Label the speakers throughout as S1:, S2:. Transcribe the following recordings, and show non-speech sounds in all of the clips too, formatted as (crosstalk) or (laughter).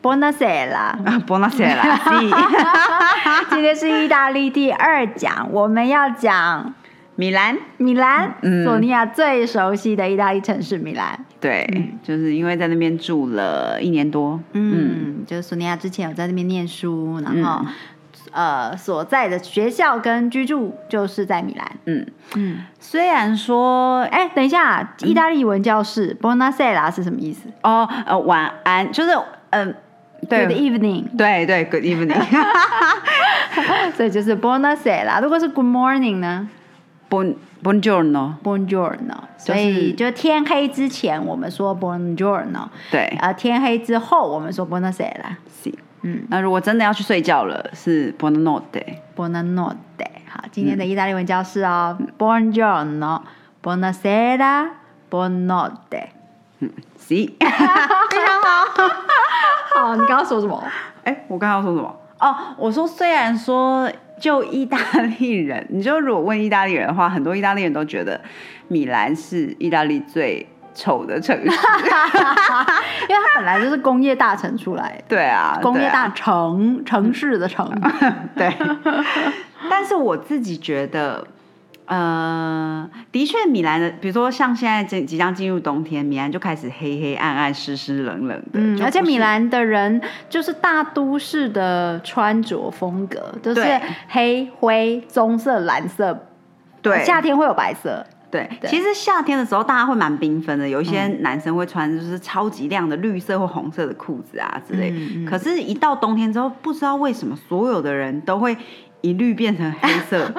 S1: Bonasera。
S2: (laughs)
S3: 啊，波纳谢啦，
S1: 今天是意大利第二讲，我们要讲
S3: 米兰。
S1: 米兰，
S3: 嗯
S1: 索尼娅最熟悉的意大利城市米兰。
S2: 对，嗯就是因为在那边住了一年多，
S1: 嗯，就是索尼娅之前有在那边念书，然后、呃所在的学校跟居住就是在米兰。
S2: 嗯，
S1: 嗯，
S2: 虽然说，哎、
S1: 哎，等一下，意大利文叫是 Bonasera 是什么意思
S2: 哦，呃，晚安，就是，嗯、
S1: ？Good
S2: 对，
S1: evening， (laughs)
S2: 对对，Good (laughs) evening，
S1: 所以就是 Bonasera。如果是 Good morning 呢
S2: bon bonjourno，
S1: ？Buongiorno。所
S2: 就是
S1: 以就天黑之前我们说 Buongiorno，
S2: 对，
S1: 呃，天黑之后我们说 Bonasera。
S2: 是
S1: 嗯
S2: 那如果真的要去睡觉了，是 buona notte，
S1: ，Buonanotte。好，今天的意大利文教室哦，Buongiorno，Bonasera，Buonanotte。
S2: 是，
S1: 好，你刚刚说什 (laughs) 么？
S2: 哎，我刚刚要说什么？哦，我说虽然说就意大利人，你就如果问意大利人的话，很多意大利人都觉得米兰是意大利最丑的城 (laughs) 市，啊
S1: 因为它本来就是工业大城出来，
S2: 对啊，
S1: 工业
S2: 对啊嗯
S1: 大城、城市的城，
S2: (laughs) 对，但是我自己觉得，呃，的确，米兰的，比如说像现在即即将进入冬天，米兰就开始黑黑暗暗、湿湿冷冷的，
S1: 嗯，
S2: (laughs) 就
S1: 而且
S2: 不
S1: 米
S2: 是
S1: 兰的人就是大都市的穿着风格，就是
S2: 对
S1: 黑、灰、棕色、蓝色，
S2: 对
S1: 夏天会有白色，
S2: 对，
S1: 对嗯
S2: 其实夏天的时候大家会蛮缤纷的，有一些男生会穿就是超级亮的绿色或红色的裤子啊之类。
S1: 嗯嗯
S2: 可是，一到冬天之后，不知道为什么所有的人都会一律变成黑
S1: (laughs)
S2: 色、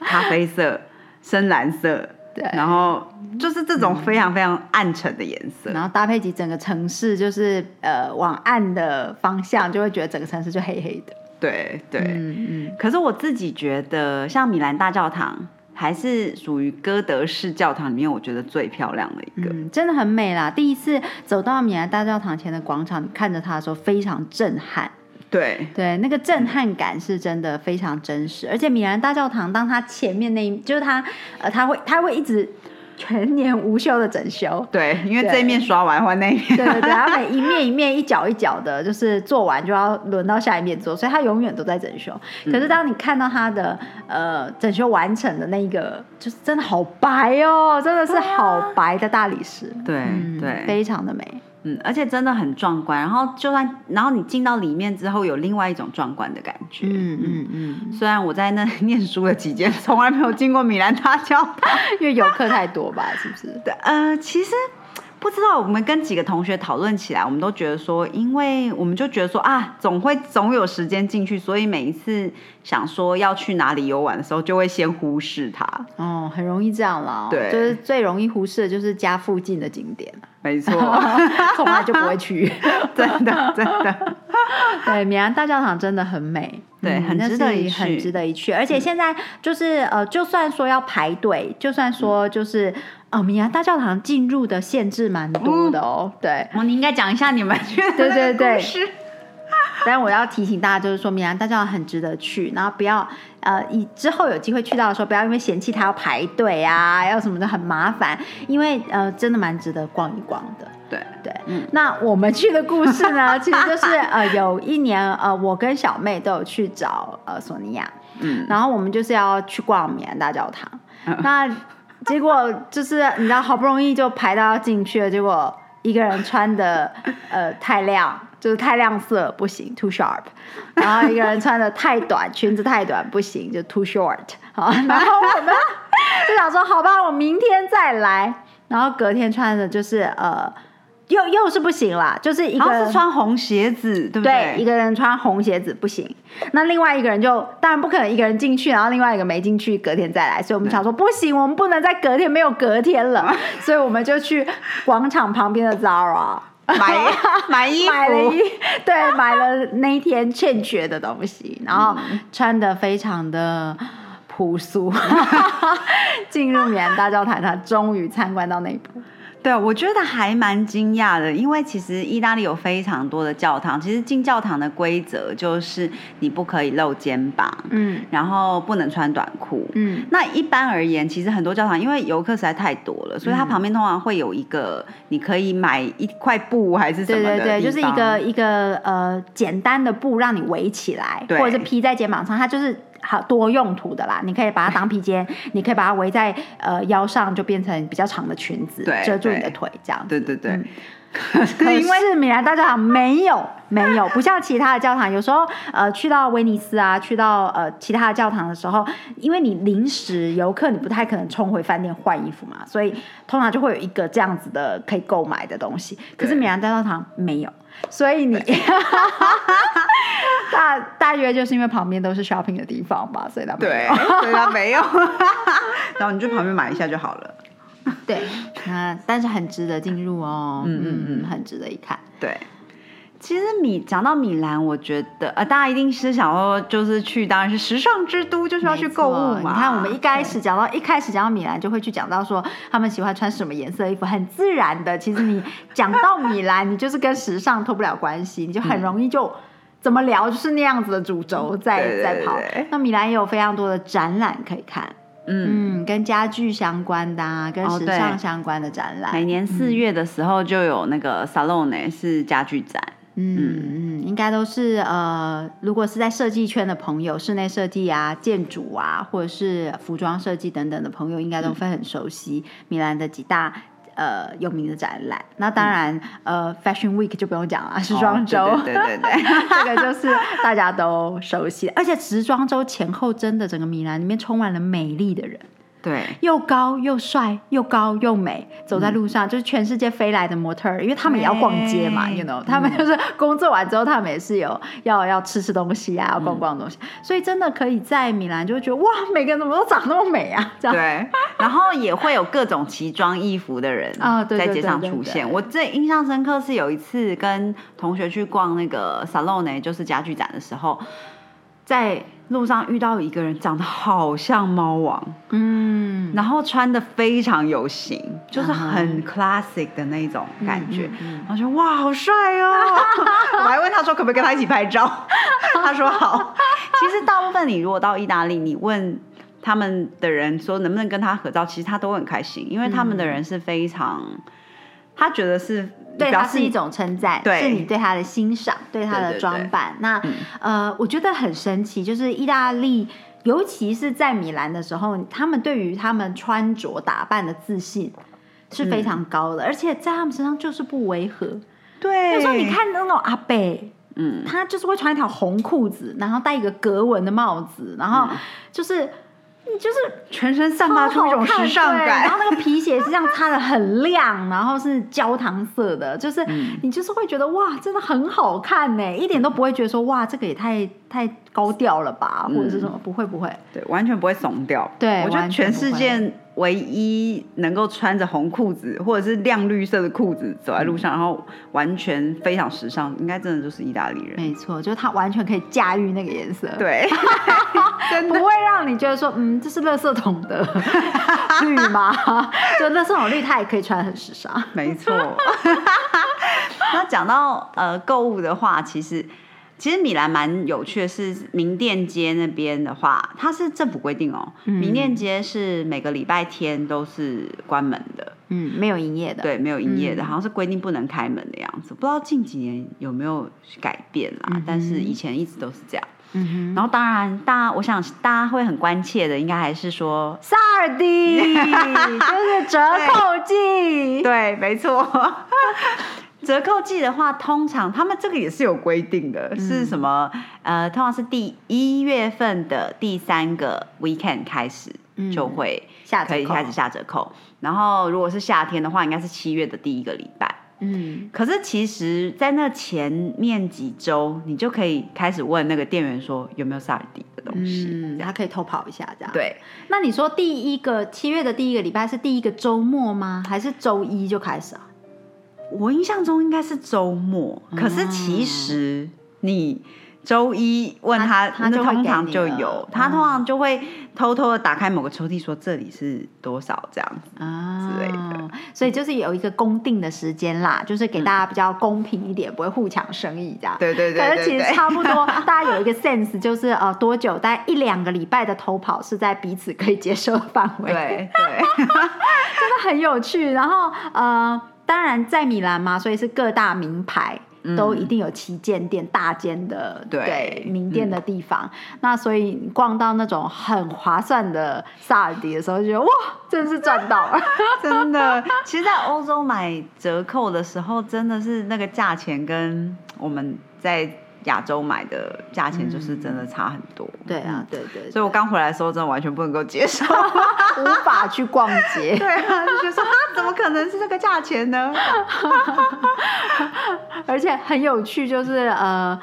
S2: 咖啡色、深蓝色，
S1: 对
S2: 然后就是这种非常非常暗沉的颜色。
S1: 然后搭配起整个城市，就是呃往暗的方向，就会觉得整个城市就黑黑的。
S2: 对对、
S1: 嗯嗯，
S2: 可是我自己觉得，像米兰大教堂还是属于哥德式教堂里面，我觉得最漂亮的一个。
S1: 嗯，真的很美啦！第一次走到米兰大教堂前的广场，看着它的时候非常震撼。
S2: 对，
S1: 对，那个震撼感是真的非常真实，而且米兰大教堂，当它前面那一，就是它，呃，它会它会一直全年无休的整修
S2: 对，因为
S1: 对
S2: 这一面刷完换那一面。
S1: (laughs) 对对对，它每一面一面一角一角的，就是做完就要轮到下一面做，所以它永远都在整修。可是当你看到它的呃整修完成的那一个，就是真的好白哦，真的是好白的大理石，
S2: 对
S1: 嗯
S2: 对，
S1: 非常的美。
S2: 嗯，而且真的很壮观。然后就算，然后你进到里面之后，有另外一种壮观的感觉。
S1: 嗯嗯嗯，
S2: 虽然我在那 (laughs) 念书的期间，从来没有进过米兰大教堂。
S1: 因为游客太多吧，是不是？
S2: 对，呃，其实不知道，我们跟几个同学讨论起来，我们都觉得说，因为我们就觉得说啊，总会总有时间进去，所以每一次想说要去哪里游玩的时候，就会先忽视它。
S1: 哦，很容易这样啦、
S2: 对
S1: 就是最容易忽视的就是家附近的景点啊
S2: 没错，
S1: (laughs)
S2: (laughs)
S1: 从来就不会去。
S2: 真的真 (laughs) 的，
S1: (laughs) 对，米兰大教堂真的很美，
S2: 对
S1: 嗯
S2: 很
S1: 那
S2: 值得
S1: 是
S2: 一
S1: 很
S2: 去嗯
S1: 值得一去。而且现在就是、呃，就算说要排队，就算说
S2: 嗯
S1: 就是呃，米兰大教堂进入的限制蛮多的哦。对，
S2: 哦，你应该讲一下你们去的
S1: 对
S2: 那个
S1: 对对
S2: 故事
S1: 但我要提醒大家，就是说米兰大教堂很值得去，然后不要呃，以之后有机会去到的时候，不要因为嫌弃它要排队啊，要什么的很麻烦，因为呃，真的蛮值得逛一逛的。
S2: 对。
S1: 对，
S2: 嗯
S1: 那我们去的故事呢，其实就是呃，有一年呃，我跟小妹都有去找呃索尼娅，
S2: 嗯，
S1: 然后我们就是要去逛米兰大教堂，那结果就是你知道，好不容易就排到要进去了，结果一个人穿的呃太亮。就是太亮色不行，too sharp，然后一个人穿的太短，裙子太短不行，就 too short，好，然后我们就想说，好吧，我明天再来，然后隔天穿的就是呃，又又是不行啦，就是一
S2: 好
S1: 个
S2: 像是穿红鞋子，对不
S1: 对，一
S2: 个
S1: 个人穿红鞋子不行，那另外一个人就当然不可能一个人进去，然后另外一个没进去，隔天再来。所以我们想说不行，我们
S2: (laughs)
S1: 不能再隔天没有隔天了，所以我们就去广场旁边的 Zara，
S2: 买
S1: (laughs)
S2: 买衣
S1: 买了
S2: 服
S1: 一，对，买了那一天欠缺的东西，然后穿的非常的朴
S2: (laughs)
S1: 素，进入米兰大教堂，他终于参观到那一步。
S2: 对，我觉得还蛮惊讶的，因为其实意大利有非常多的教堂，其实进教堂的规则就是你不可以露肩膀，
S1: 嗯
S2: 然后不能穿短裤。
S1: 嗯
S2: 那一般而言，其实很多教堂因为游客实在太多了，所以它
S1: 嗯
S2: 旁边通常会有一个你可以买一块布还是什
S1: 对
S2: 么的
S1: 对对，
S2: 地
S1: 就是一
S2: 方
S1: 个一个呃简单的布让你围起来，
S2: 对
S1: 或者是披在肩膀上，它就是好多用途的啦。你可以把它当披
S2: (laughs)
S1: 肩，你可以把它围在呃腰上，就变成比较长的裙子
S2: 对，
S1: 遮住你
S2: 对
S1: 的腿这样子。
S2: 对对 (laughs) 对，
S1: 嗯
S2: 可是
S1: 可
S2: 因为
S1: 是米兰大教堂没
S2: (laughs)
S1: 有没有，不像其他的教堂，有时候呃去到威尼斯啊，去到呃其他的教堂的时候，因为你临时游客，你不太可能冲回饭店换衣服嘛，所以通常就会有一个这样子的可以购买的东西。可是
S2: 对
S1: 米兰大教堂没有，所以你 (laughs) 大大约就是因为旁边都是 shopping 的地方吧，所以他们
S2: 对， (laughs) 所以它没有，然后你就旁边买一下就好了。
S1: 对，那但是很值得进入哦，
S2: 嗯嗯嗯
S1: 很值得一看。
S2: 对，其实米讲到米兰，我觉得呃，大家一定是想说，就是去当然是时尚之都，就是要去购物
S1: 没错
S2: 嘛。
S1: 你看，我们一开始讲到一开始讲到米兰，就会去讲到说他们喜欢穿什么颜色的衣服，很自然的。其实你讲到米兰，你就是跟时尚脱不了关系，你就很容易就。怎么聊就是那样子的主轴在
S2: 嗯对
S1: 在跑
S2: 对对，
S1: 那米兰也有非常多的展览可以看，
S2: 嗯。
S1: 嗯，跟家具相关的啊，跟
S2: 哦
S1: 时
S2: 对
S1: 尚相关的展览，
S2: 每年四月的时候就有那个 salon 呢、是家具展，
S1: 嗯嗯，应该都是呃，如果是在设计圈的朋友，室内设计啊、建筑啊，或者是服装设计等等的朋友，应
S2: 嗯
S1: 该都会很熟悉米兰的几大。呃，有名的展览，那当然，呃，Fashion Week 就不用讲了，时装周，
S2: 嗯哦对对对对对
S1: (laughs) 这个就是大家都熟悉的。而且时装周前后，真的整个米兰里面充满了美丽的人， (laughs)
S2: 对，
S1: 又高又帅，又高又美，
S2: 嗯
S1: 走在路上、就是全世界飞来的模特儿，因为他们也要逛街嘛
S2: 对嗯
S1: ，you know，他们就是工作完之后，他们也是有要要吃吃东西啊，要逛逛东
S2: 嗯
S1: 西，所以真的可以在米兰就会觉得哇，每个人怎么都长那么美啊，这样
S2: 对，然后也会有各种奇装异服的人
S1: 啊对对
S2: 在街上
S1: 对对
S2: 出现。
S1: 对
S2: 我最印象深刻是有一次跟同学去逛那个 salon 呢，就是家具展的时候，在路上遇到一个人长得好像猫王，
S1: 嗯，
S2: 然后穿的非常有型，就是
S1: 嗯
S2: 很 classic 的那种感觉。
S1: 嗯
S2: 然后就哇，好帅哦！ (laughs) 我还问他说可不可以跟他一起拍照， (laughs) 他说好。其实大部分你如果到意大利，你问他们的人说能不能跟他合照，其实他都会很开心，因为他们的人是非常，他觉得是
S1: 嗯对
S2: 表
S1: 他
S2: 示
S1: 是一种称赞，
S2: 对
S1: 是你对他的欣赏，对他
S2: 对嗯
S1: 的
S2: 对
S1: 装
S2: 对
S1: 扮。那、呃，我觉得很神奇，就是意大利，尤其是在米兰的时候，他们对于他们穿着打扮的自信是
S2: 嗯
S1: 非常高的，而且在他们身上就是不违和。
S2: 对。
S1: 有时候你，看那种阿北，
S2: 嗯，
S1: 他就是会穿一条红裤子，然后戴一个格纹的帽子，然
S2: 嗯
S1: 后就是。你就是
S2: 全身散发出一种
S1: 超好看
S2: 时尚
S1: 对然
S2: 感
S1: 后。那个皮鞋是这样擦的很
S2: (laughs)
S1: 亮，然后是焦糖色的，就是
S2: 嗯
S1: 你就是会觉得哇，真的很好看呢，一点都不会觉得说哇，这个也太太高调了吧，
S2: 嗯
S1: 或者是什么？不会不会，
S2: 对，完全不会怂掉。
S1: 对
S2: 我觉得
S1: 完全
S2: 全
S1: 不
S2: 世
S1: 会
S2: 界唯一能够穿着红裤子或者是亮绿色的裤子走在路上，然后完全非常时尚，应该真的就是意大利人。
S1: 没错，就是他完全可以驾驭那个颜色，， (laughs)
S2: 对， (laughs) 真
S1: 不
S2: 的。
S1: 会让你觉得说嗯，这是垃圾桶
S2: (laughs)
S1: 的绿吗？就垃圾桶绿，它也可以穿得很时尚。
S2: 没错。 (laughs) 那讲到呃购物的话，其实其实米兰蛮有趣的是，名店街那边的话，它是政府规定哦，
S1: 嗯
S2: 名店街是每个礼拜天都是关门的，
S1: 嗯，没有营业的，
S2: 对，没有营业的，
S1: 嗯
S2: 好像是规定不能开门的样子。不知道近几年有没有改变啦，
S1: 嗯
S2: 但是以前一直都是这样。
S1: 嗯哼，
S2: 然后当然，大家我想大家会很关切的，应该还是说
S1: 萨尔
S2: (laughs)
S1: 迪就是折扣季，
S2: 对，没错。 (laughs) 折扣季的话，通常他们这个也是有规定的，
S1: 嗯
S2: 是什么？呃，通常是第一月份的第三个 weekend 开始、
S1: 嗯
S2: 就会
S1: 下折
S2: 可以
S1: 扣
S2: 开始下折扣。然后如果是夏天的话，应该是七月的第一个礼拜。
S1: 嗯，
S2: 可是其实，在那前面几周，你就可以开始问那个店员说有没有萨尔迪的东西。
S1: 嗯，他可以偷跑一下这样。，
S2: 对，
S1: 那你说第一个七月的第一个礼拜是第一个周末吗？还是周一就开始啊？
S2: 我印象中应该是周末，可是其实你周一问他，
S1: 他他就
S2: 那
S1: 会
S2: 通常
S1: 给你
S2: 就
S1: 了
S2: 有，他
S1: 嗯
S2: 通常就会偷偷的打开某个抽屉，说这里是多少这样子。
S1: 啊
S2: 之类的，
S1: 所以就是有一个公定的时间啦，就是给大家比较公平一点，不会互抢生意这样。
S2: 对对对对
S1: 可是其实
S2: 对
S1: 差不
S2: (laughs)
S1: 多，大家有一个 sense，就是呃多久，大概一两个礼拜的投跑是在彼此可以接受的范围。，
S2: 对对，
S1: 真的很有趣。然后呃，当然在米兰嘛，所以是各大名牌。都一定有旗舰店、大间的
S2: 嗯对嗯
S1: 名店的地方，那所以逛到那种很划算的萨尔迪的时候，就觉得哇，真是赚到
S2: (laughs)
S1: 了。
S2: 真的。其实，在欧洲买折扣的时候，真的是那个价钱跟我们在亚洲买的价钱，就是真的差很多。
S1: 嗯
S2: 嗯
S1: 对啊，对对
S2: 所以我刚回来的时候，真的完全不能够接受。 (laughs)
S1: 无法去逛街。 (laughs)
S2: 对啊，就觉得说啊，怎么可能是这个价钱呢？
S1: 而且很有趣，就是呃，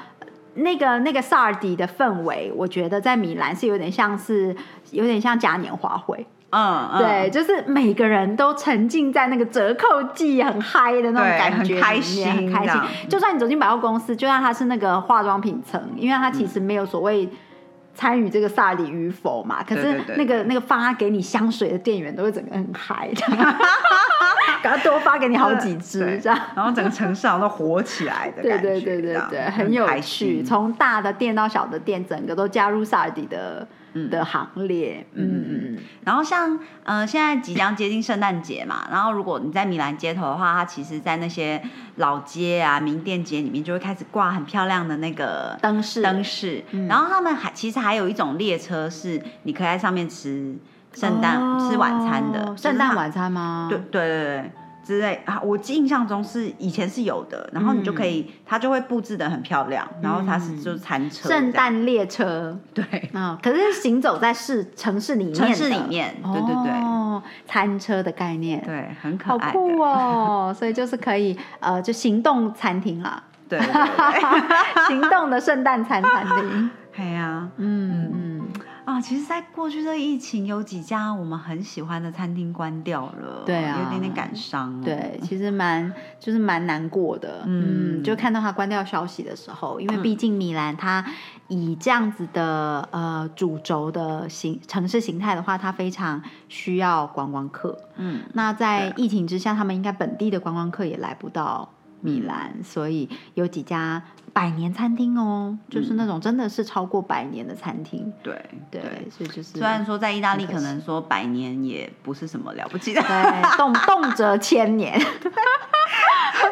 S1: 那个那个萨尔迪的氛围，我觉得在米兰是有点像是有点像嘉年华会，
S2: 嗯，嗯
S1: 对，就是每个人都沉浸在那个折扣季很嗨的那种
S2: 对
S1: 感觉里面，
S2: 很开心
S1: 很开
S2: 这样
S1: 心。就算你走进百货公司，就算它是那个化妆品层，因为它其实没有所谓。参与这个萨尔迪与否嘛，可
S2: 对
S1: 是
S2: 对对
S1: 那个那个发给你香水的店员都会整个很嗨， (laughs) 赶快多发给你好几支
S2: 对
S1: 这样。
S2: 然后整个城市好像都火起来的
S1: 对
S2: 感觉，
S1: 对对
S2: 这
S1: 对
S2: 样
S1: 对，
S2: 很
S1: 很有
S2: 开
S1: 趣，
S2: 心
S1: 从大的店到小的店，整个都加入萨尔迪的、的行列。嗯嗯嗯，
S2: 然后像呃，现在即将接近圣诞节嘛，然后如果你在米兰街头的话，它其实，在那些老街啊、名店街里面，就会开始挂很漂亮的那个
S1: 灯饰嗯
S2: 灯饰。然后他们还其实还有一种列车是你可以在上面吃圣诞、吃晚餐的，
S1: 哦
S2: 就是
S1: 圣
S2: 它
S1: 诞晚餐吗？
S2: 对对对对之类啊，我印象中是以前是有的，然后你就可
S1: 嗯
S2: 以，它就会布置的很漂亮，然后它是就是餐车这样，
S1: 圣诞列车
S2: 对
S1: 啊、可是行走在市城市里面的，
S2: 城市里面，对对对、
S1: 哦，餐车的概念，
S2: 对，很可
S1: 好
S2: 爱的，
S1: 酷哦！ (laughs) 所以就是可以呃，就行动餐厅啦，
S2: 对对对，
S1: (laughs) 行动的圣诞餐餐厅。
S2: 哎呀 (laughs)
S1: 嗯嗯，
S2: 啊，其实，在过去这疫情，有几家我们很喜欢的餐厅关掉了，
S1: 对啊
S2: 有点点感伤、哦，
S1: 对，其实蛮就是蛮难过的，嗯，
S2: 嗯
S1: 就看到他关掉消息的时候，因为毕竟米兰它以这样子的呃主轴的形城市形态的话，它非常需要观光客。
S2: 嗯，
S1: 那在疫情之下，他们应该本地的观光客也来不到
S2: 嗯
S1: 米兰，所以有几家百年餐厅哦，
S2: 嗯
S1: 就是那种真的是超过百年的餐厅，
S2: 对
S1: 对，所以就是
S2: 虽然说在意大利
S1: 很可
S2: 可
S1: 惜
S2: 能说百年也不是什么了不起的，
S1: 对动动辄千年。
S2: (laughs)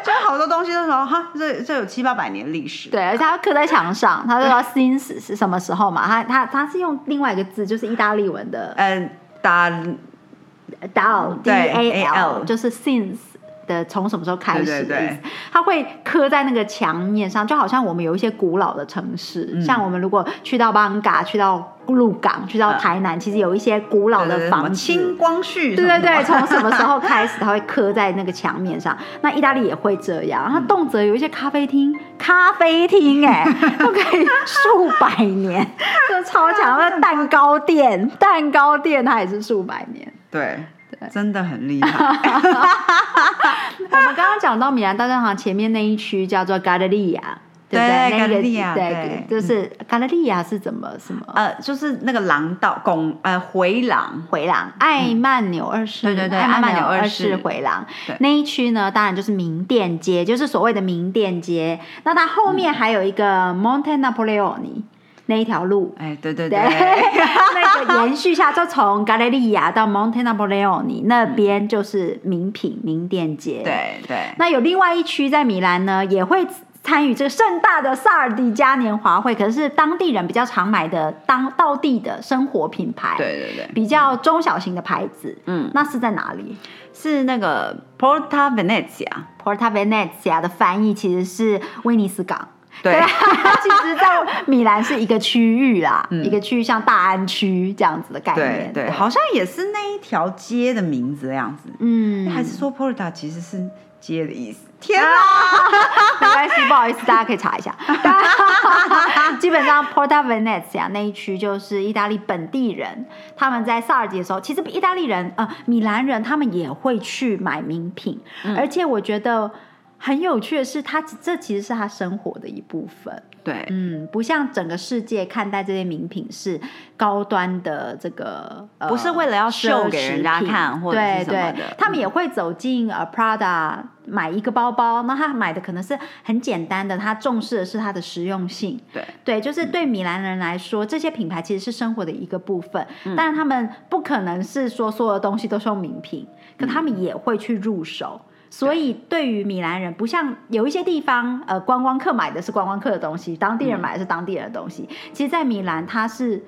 S2: 就好多东西都说哈，这这有七八百年历史，
S1: 对，而且它刻在墙上，他
S2: (laughs)
S1: 说 since 是什么时候嘛？他他他是用另外一个字，就是意大利文的
S2: 嗯，打
S1: dal d
S2: 对
S1: a l，
S2: AL
S1: 就是 since 的从什么时候开始
S2: 对对
S1: 的意
S2: 对
S1: 思。它会刻在那个墙面上，就好像我们有一些古老的城市，
S2: 嗯
S1: 像我们如果去到邦嘎、去到鹿港、去到
S2: 嗯
S1: 台南，其实有一些古老
S2: 对对
S1: 的
S2: 对什
S1: 房
S2: 么
S1: 子。
S2: 清光绪
S1: (laughs)
S2: 什
S1: 对
S2: 么
S1: 对
S2: 的， (laughs)
S1: 对，从什么时候开始它会刻在那个墙面上？那意大利也会这样，它动辄有一些咖啡厅，咖啡厅 (laughs) 哎、都可以数百 (laughs) 年，这超强。那蛋糕店，蛋糕店它也是数百年。
S2: 对真的很厉害，
S1: (laughs) 我们刚刚讲到米兰大教堂前面那一区叫做 Galleria。对不对？
S2: 对
S1: 那个
S2: Galleria，
S1: 对，
S2: 对
S1: 就是嘎 a 利亚是怎么什么
S2: 呃，就是那个廊道拱呃回廊，
S1: 回廊？艾曼纽二世，
S2: 嗯对对对
S1: 艾
S2: 艾曼
S1: 纽
S2: 纽
S1: 二
S2: 二
S1: 世
S2: 世
S1: 回廊
S2: 对
S1: 那一区呢，当然就是名店街，就是所谓的名店街。那它后面还有一个 Monte Napoleone 那一条路，
S2: 哎，对嗯对
S1: 对， (laughs) 那个延续下，就从 g a l l e r i 到 Monte Napoleone 那边就是名品名店街。，
S2: 嗯对对，
S1: 那有另外一区在米兰呢，也会参与这个盛大的萨尔迪嘉年华会，可是当地人比较常买的当道地的生活品牌，
S2: 对对对，
S1: 比较中小型的牌子，
S2: 嗯，
S1: 那是在哪里
S2: 是那个 Porta Venezia，
S1: ？Porta Venezia 的翻译其实是威尼斯港。
S2: 对
S1: (laughs) 它其实，在米兰是一个区域啦，一个区域像大安区这样子的概
S2: 对
S1: 念。
S2: 对，好像也是那一条街的名字的样子，
S1: 嗯，
S2: 还是说 Porta 其实是街的意思？天啊！
S1: (laughs) 没关系，不好意思，大家可以查一下。 (laughs) 基本上 Porta Venezia 那一区就是意大利本地人，他们在萨尔迪的时候，其实意大利人呃米兰人他们也会去买名品，而且我觉得很有趣的是，他这其实是他生活的一部分。
S2: 对，
S1: 嗯，不像整个世界看待这些名品是高端的这个，呃、
S2: 不是为了要
S1: 秀
S2: 秀给
S1: 食
S2: 人家
S1: 品
S2: 看或者是
S1: 对
S2: 什么
S1: 对
S2: 的嗯
S1: 他们也会走进呃 Prada 买一个包包，那他买的可能是很简单的，他重视的是它的实用性。
S2: 对
S1: 对，就是对米兰人来说，这些品牌其实是生活的一个部分。
S2: 嗯
S1: 当然，他们不可能是说所有的东西都是用名品，可他
S2: 嗯
S1: 们也会去入手。所以，对于米兰人，不像有一些地方，呃，观光客买的是观光客的东西，当地人买的是当地人的东
S2: 嗯
S1: 西。其实，在米兰，它是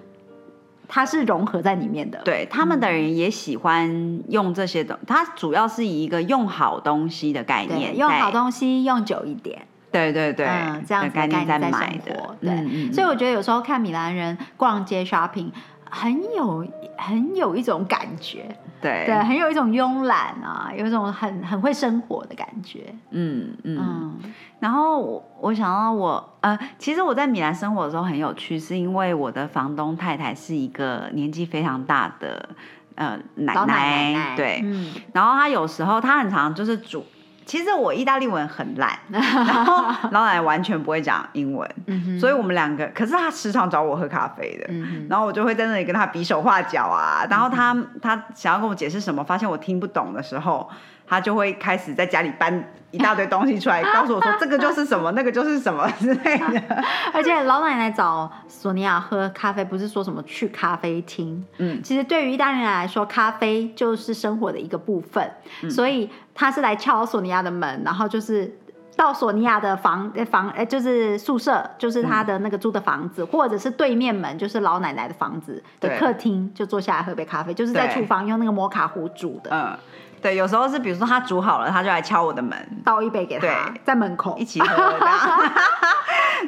S1: 它是融合在里面的。
S2: 对，他们的人也喜欢用这些东，它主要是以一个用好东西的概
S1: 对，
S2: 念，
S1: 用好，东西用久一点。
S2: 对对对，
S1: 嗯，这样
S2: 的
S1: 子的概
S2: 念
S1: 念
S2: 在
S1: 在
S2: 买
S1: 生
S2: 的
S1: 活，对，
S2: 嗯嗯
S1: 所以我觉得有时候看米兰人逛街 shopping，很有很有一种感觉，
S2: 对
S1: 对，很有一种慵懒啊，有一种很很会生活的感觉，
S2: 嗯嗯。
S1: 嗯，
S2: 然后我我想到我呃，其实我在米兰生活的时候很有趣，是因为我的房东太太是一个年纪非常大的呃奶
S1: 老奶
S2: 奶，
S1: 奶
S2: 对，
S1: 嗯，
S2: 然后他有时候他很常就是煮，其实我意大利文
S1: (laughs)
S2: 很烂，然后老奶奶完全不会讲英文，
S1: 嗯哼
S2: 所以我们两个，可是他时常找我喝咖啡的，
S1: 嗯哼
S2: 然后我就会在那里跟他比手画脚啊，然后他、他想要跟我解释什么，发现我听不懂的时候，他就会开始在家里搬一大堆东西出来，告诉我说这个就是什么，那个就是什么 (laughs) 之类的，
S1: (laughs) 而且老奶奶找索尼娅喝咖啡，不是说什么去咖啡厅，
S2: 嗯，
S1: 其实对于意大利人来说，咖啡就是生活的一个部分，
S2: 嗯
S1: 所以他是来敲索尼娅的门，然后就是。到索尼娅的房呃房呃就是宿舍，就是他的那个租的房子，或者是对面门就是老奶奶的房子
S2: 嗯对
S1: 的客厅，就坐下来喝杯咖啡，就是在
S2: 对
S1: 厨房用那个摩卡壶煮的，
S2: 嗯，对，有时候是比如说他煮好了，他就来敲我的门，
S1: 倒一杯给他
S2: 对，
S1: 在门口
S2: 一起喝这样。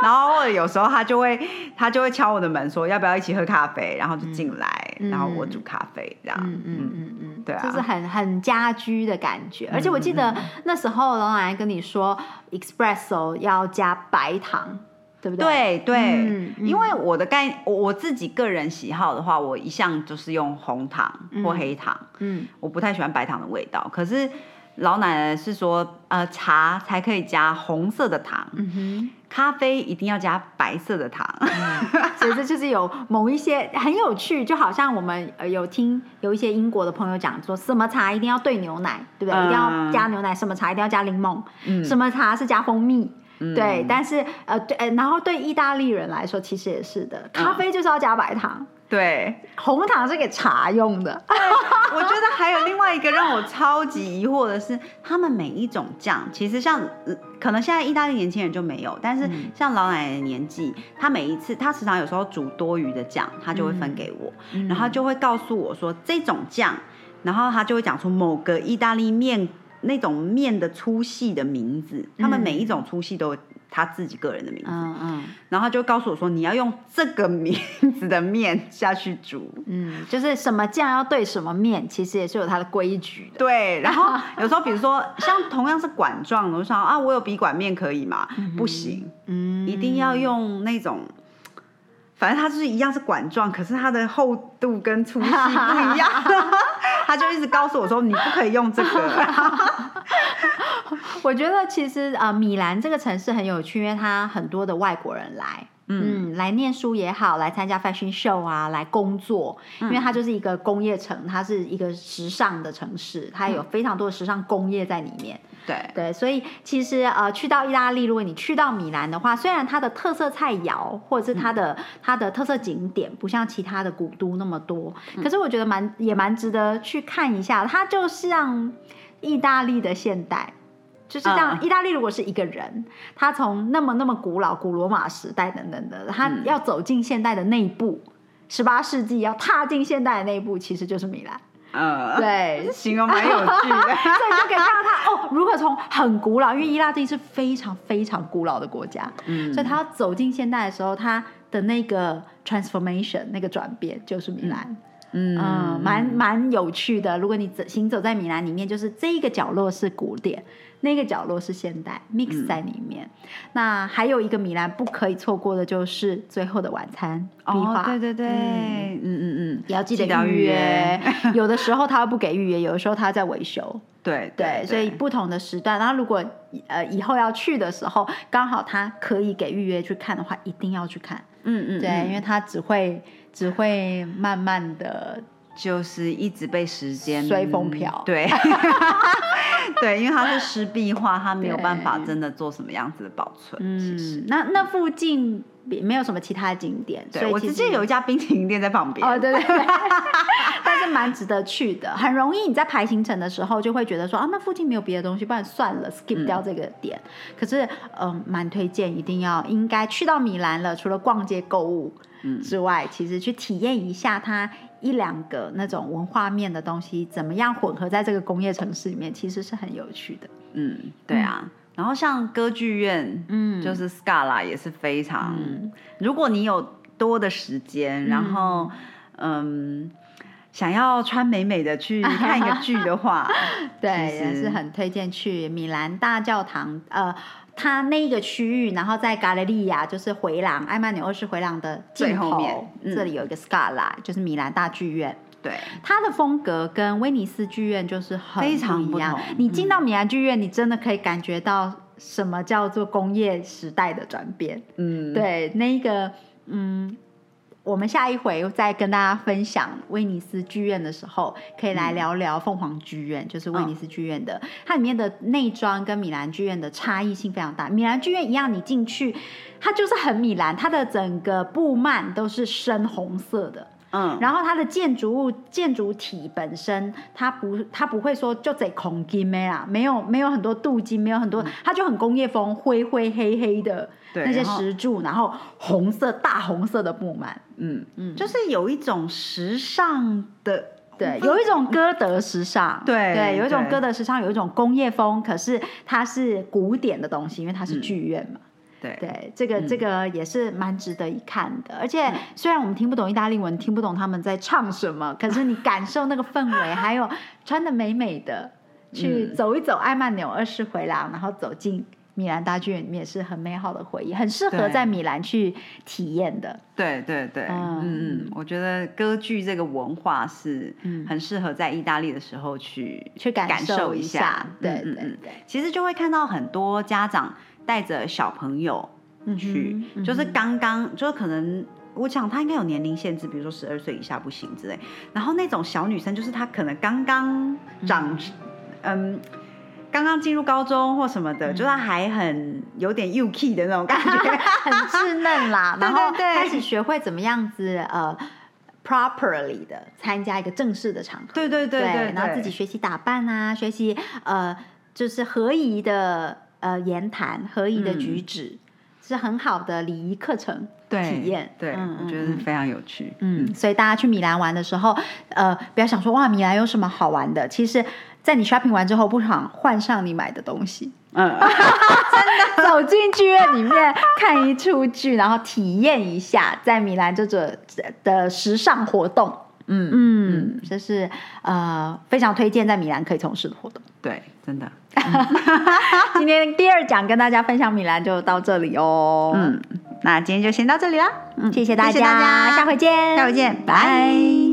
S2: 然后或者有时候他就会他就会敲我的门说要不要一起喝咖啡，然后就进来，
S1: 嗯
S2: 然后我煮咖啡这样。
S1: 嗯嗯嗯嗯，
S2: 啊对啊嗯
S1: 就是很很家居的感觉。而且我记得那时候老奶奶跟你说，espresso 要加白糖，对不对？
S2: 对对，
S1: 嗯嗯
S2: 因为我的概我我自己个人喜好的话，我一向就是用红糖或黑糖，
S1: 嗯，
S2: 我不太喜欢白糖的味道。可是老奶奶是说，呃，茶才可以加红色的糖， (laughs)
S1: 嗯
S2: 咖啡一定要加白色的糖。
S1: 哼，所以这就是有某一些很有趣，就好像我们呃有听有一些英国的朋友讲说，什么茶一定要兑牛奶，对不对？
S2: 嗯
S1: 一定要加牛奶，什么茶一定要加柠檬，
S2: 嗯
S1: 什么茶是加蜂蜜。
S2: (laughs) 嗯
S1: 对，但是呃，对，呃然后对意大利人来说，其实也是的，
S2: 嗯
S1: 咖啡就是要加白糖，
S2: 对，
S1: 红糖是给茶用的。
S2: 我觉得还有另外一个让我超级疑惑的是，他们每一种酱，其实像呃可能现在意大利年轻人就没有，但是像老奶奶的年纪，她每一次她时常有时候煮多余的酱，她就会分给我，
S1: (laughs) 嗯
S2: 然后她就会告诉我说这种酱，然后她就会讲出某个意大利面那种面的粗细的名字，他们每一种粗细都有她自己个人的名字，
S1: 嗯嗯
S2: 然后她就告诉我说你要用这个名字的面下去煮。
S1: 嗯，就是什么酱要对什么面，其实也是有它的规矩的。
S2: 对，
S1: (laughs)
S2: 然后有时候比如说像同样是管状的，我想啊，我有笔管面可以吗？不行，
S1: 嗯，
S2: 一定要用那种，反正它就是一样是管状，可是它的厚度跟粗细不一样。 (laughs) 他就一直告诉我说你不可以用
S1: (laughs)
S2: 这个，
S1: 我觉得其实呃，米兰这个城市很有趣，因为它很多的外国人来。嗯，来念书也好，来参加 fashion show 啊，来工作，因为它就是一个工业城，它是一个时尚的城市，它有非常多的时尚工业在里面。
S2: 对
S1: 对，所以其实呃，去到意大利，如果你去到米兰的话，虽然它的特色菜肴或者是它的、
S2: 嗯
S1: 它的特色景点不像其他的古都那么多，
S2: 嗯
S1: 可是我觉得蛮也蛮值得去看一下。它就是让意大利的现代。就是让
S2: 嗯
S1: 意大利，如果是一个人，他从那么那么古老古罗马时代等等的，他
S2: 嗯
S1: 要走进现代的内部，十八世纪要踏进现代的内部，其实就是米兰。
S2: 嗯， (laughs)
S1: 对，
S2: 形容蛮有
S1: (laughs)
S2: 趣的。
S1: 所以你就可以看到他哦，如何从很古老，因为伊拉克是非常非常古老的国家，
S2: 嗯
S1: 所以他要走进现代的时候，他的那个 transformation 那个转变就是米兰，
S2: 嗯
S1: 嗯，蛮蛮有趣的。如果你走行走在米兰里面，就是这一个角落是古典，那个角落是现代
S2: 嗯
S1: mix 在里面。那还有一个米兰不可以错过的就是《最后的晚餐》壁
S2: 哦
S1: 画，，
S2: 对对对，
S1: 嗯
S2: 嗯嗯嗯嗯，
S1: 也要记得
S2: 记得要
S1: 预
S2: 预
S1: 约
S2: 约。 (laughs)
S1: 有的时候他不给预约，有的时候他在维修。
S2: 对
S1: 对，所以不同的时段，然后如果呃以后要去的时候，刚好他可以给预约去看的话，一定要去看。
S2: 嗯嗯，
S1: 对，
S2: 嗯
S1: 因为他只会只会慢慢的，
S2: 就是一直被时间
S1: 随风飘
S2: (laughs) 对，对，因为它是湿壁画，它没有办法真的做什么样子的保存。其实，
S1: 嗯，那那附近也没有什么其他景点，所
S2: 对
S1: 以
S2: 我
S1: 其
S2: 之
S1: 实
S2: 前有一家冰淇淋店在旁边。
S1: 哦，对对对， (laughs) 但是蛮值得去的，很容易你在排行程的时候就会觉得说啊，那附近没有别的东西，不然算了，skip 掉这个点。可是嗯、呃蛮推荐，一定要应该去到米兰了，除了逛街购物之外，其实去体验一下它一两个那种文化面的东西怎么样混合在这个工业城市里面，其实是很有趣的。
S2: 嗯，对啊。然后像歌剧院，
S1: 嗯
S2: 就是 Scala 也是非常，
S1: 嗯，
S2: 如果你有多的时间，然后嗯。想要穿美美的去看一个剧的话
S1: 对，也
S2: 其实
S1: 是很推荐去米兰大教堂，呃，它那一个区域，然后在嘎雷利亚就是回廊，埃曼纽二世回廊的尽
S2: 最后
S1: 头，
S2: 面嗯
S1: 这里有一个 Scala，就是米兰大剧院。
S2: 对，
S1: 它的风格跟威尼斯剧院就是很
S2: 非常
S1: 不一样
S2: 不同。嗯
S1: 你进到米兰剧院，你真的可以感觉到什么叫做工业时代的转变。
S2: 嗯，
S1: 对，那一个，嗯，我们下一回再跟大家分享威尼斯剧院的时候，可以来聊聊凤凰剧院，就是威尼斯剧院的，它里面的内装跟米兰剧院的差异性非常大。米兰剧院一样，你进去，它就是很米兰，它的整个布幔都是深红色的。
S2: 嗯，
S1: 然后它的建筑物建筑体本身，它不它不会说就得孔金没啦，没有没有很多镀金，没有很多，它就很工业风，灰灰黑黑的
S2: 嗯对
S1: 那些
S2: 然后
S1: 石柱，然后红色大红色的布幔，
S2: 嗯
S1: 嗯
S2: 嗯，就是有一种时尚的，
S1: 对，有一种歌德时尚，
S2: 嗯对
S1: 对，有一种
S2: 对
S1: 歌德时尚，有一种工业风，可是它是古典的东西，因为它是剧院嘛。
S2: 嗯对嗯
S1: 对，这个、这个也是蛮值得一看的。而且虽然我们听不懂意大利文，听不懂他们在唱什么，可是你感受那个氛围，还有穿的美美的，去
S2: 嗯
S1: 走一走艾曼纽二世回廊，然后走进米兰大剧院里面，是很美好的回忆，很适合
S2: 对
S1: 在米兰去体验的。
S2: 对对对，
S1: 嗯
S2: 嗯嗯，我觉得歌剧这个文化是
S1: 嗯
S2: 很适合在意大利的时候去
S1: 去感
S2: 感
S1: 受
S2: 受
S1: 一
S2: 一
S1: 下对
S2: 嗯嗯
S1: 对
S2: 嗯
S1: 对
S2: 其实就会看到很多家长带着小朋友去
S1: 嗯，哼
S2: 就是刚刚就是可能。我想他应该有年龄限制，比如说十二岁以下不行之类。然后那种小女生，就是她可能刚刚长，嗯，刚刚进入高中或什么
S1: 嗯
S2: 的，就她还很有点 U K 的那种感觉，
S1: (laughs) 很稚嫩
S2: (laughs)
S1: 啦，
S2: 对
S1: 然后
S2: 对对
S1: 开始学会怎么样子呃 properly 的参加一个正式的场合，
S2: 对对对对，
S1: 然后自己学习打扮啊，学习呃就是合宜的呃言谈，合宜的举止，是很好的礼仪课程
S2: 嗯对
S1: 体验，
S2: 对，
S1: 嗯
S2: 我觉得是非常有趣。
S1: 嗯，所以大家去米兰玩的时候，呃，不要想说哇，米兰有什么好玩的。其实，在你 shopping 完之后，不妨换上你买的东西，
S2: 嗯，
S1: 走进剧院里面看一出剧，然后体验一下在米兰这种呃的时尚活动。
S2: 嗯
S1: 嗯，这是呃非常推荐在米兰可以从事的活动。
S2: 对，真的。
S1: 今天第二讲跟大家分享米兰就到这里哦。
S2: 嗯，那今天就先到这里啦。
S1: 嗯，谢谢大家，
S2: 谢谢大家
S1: 下回见，
S2: 下回见，拜。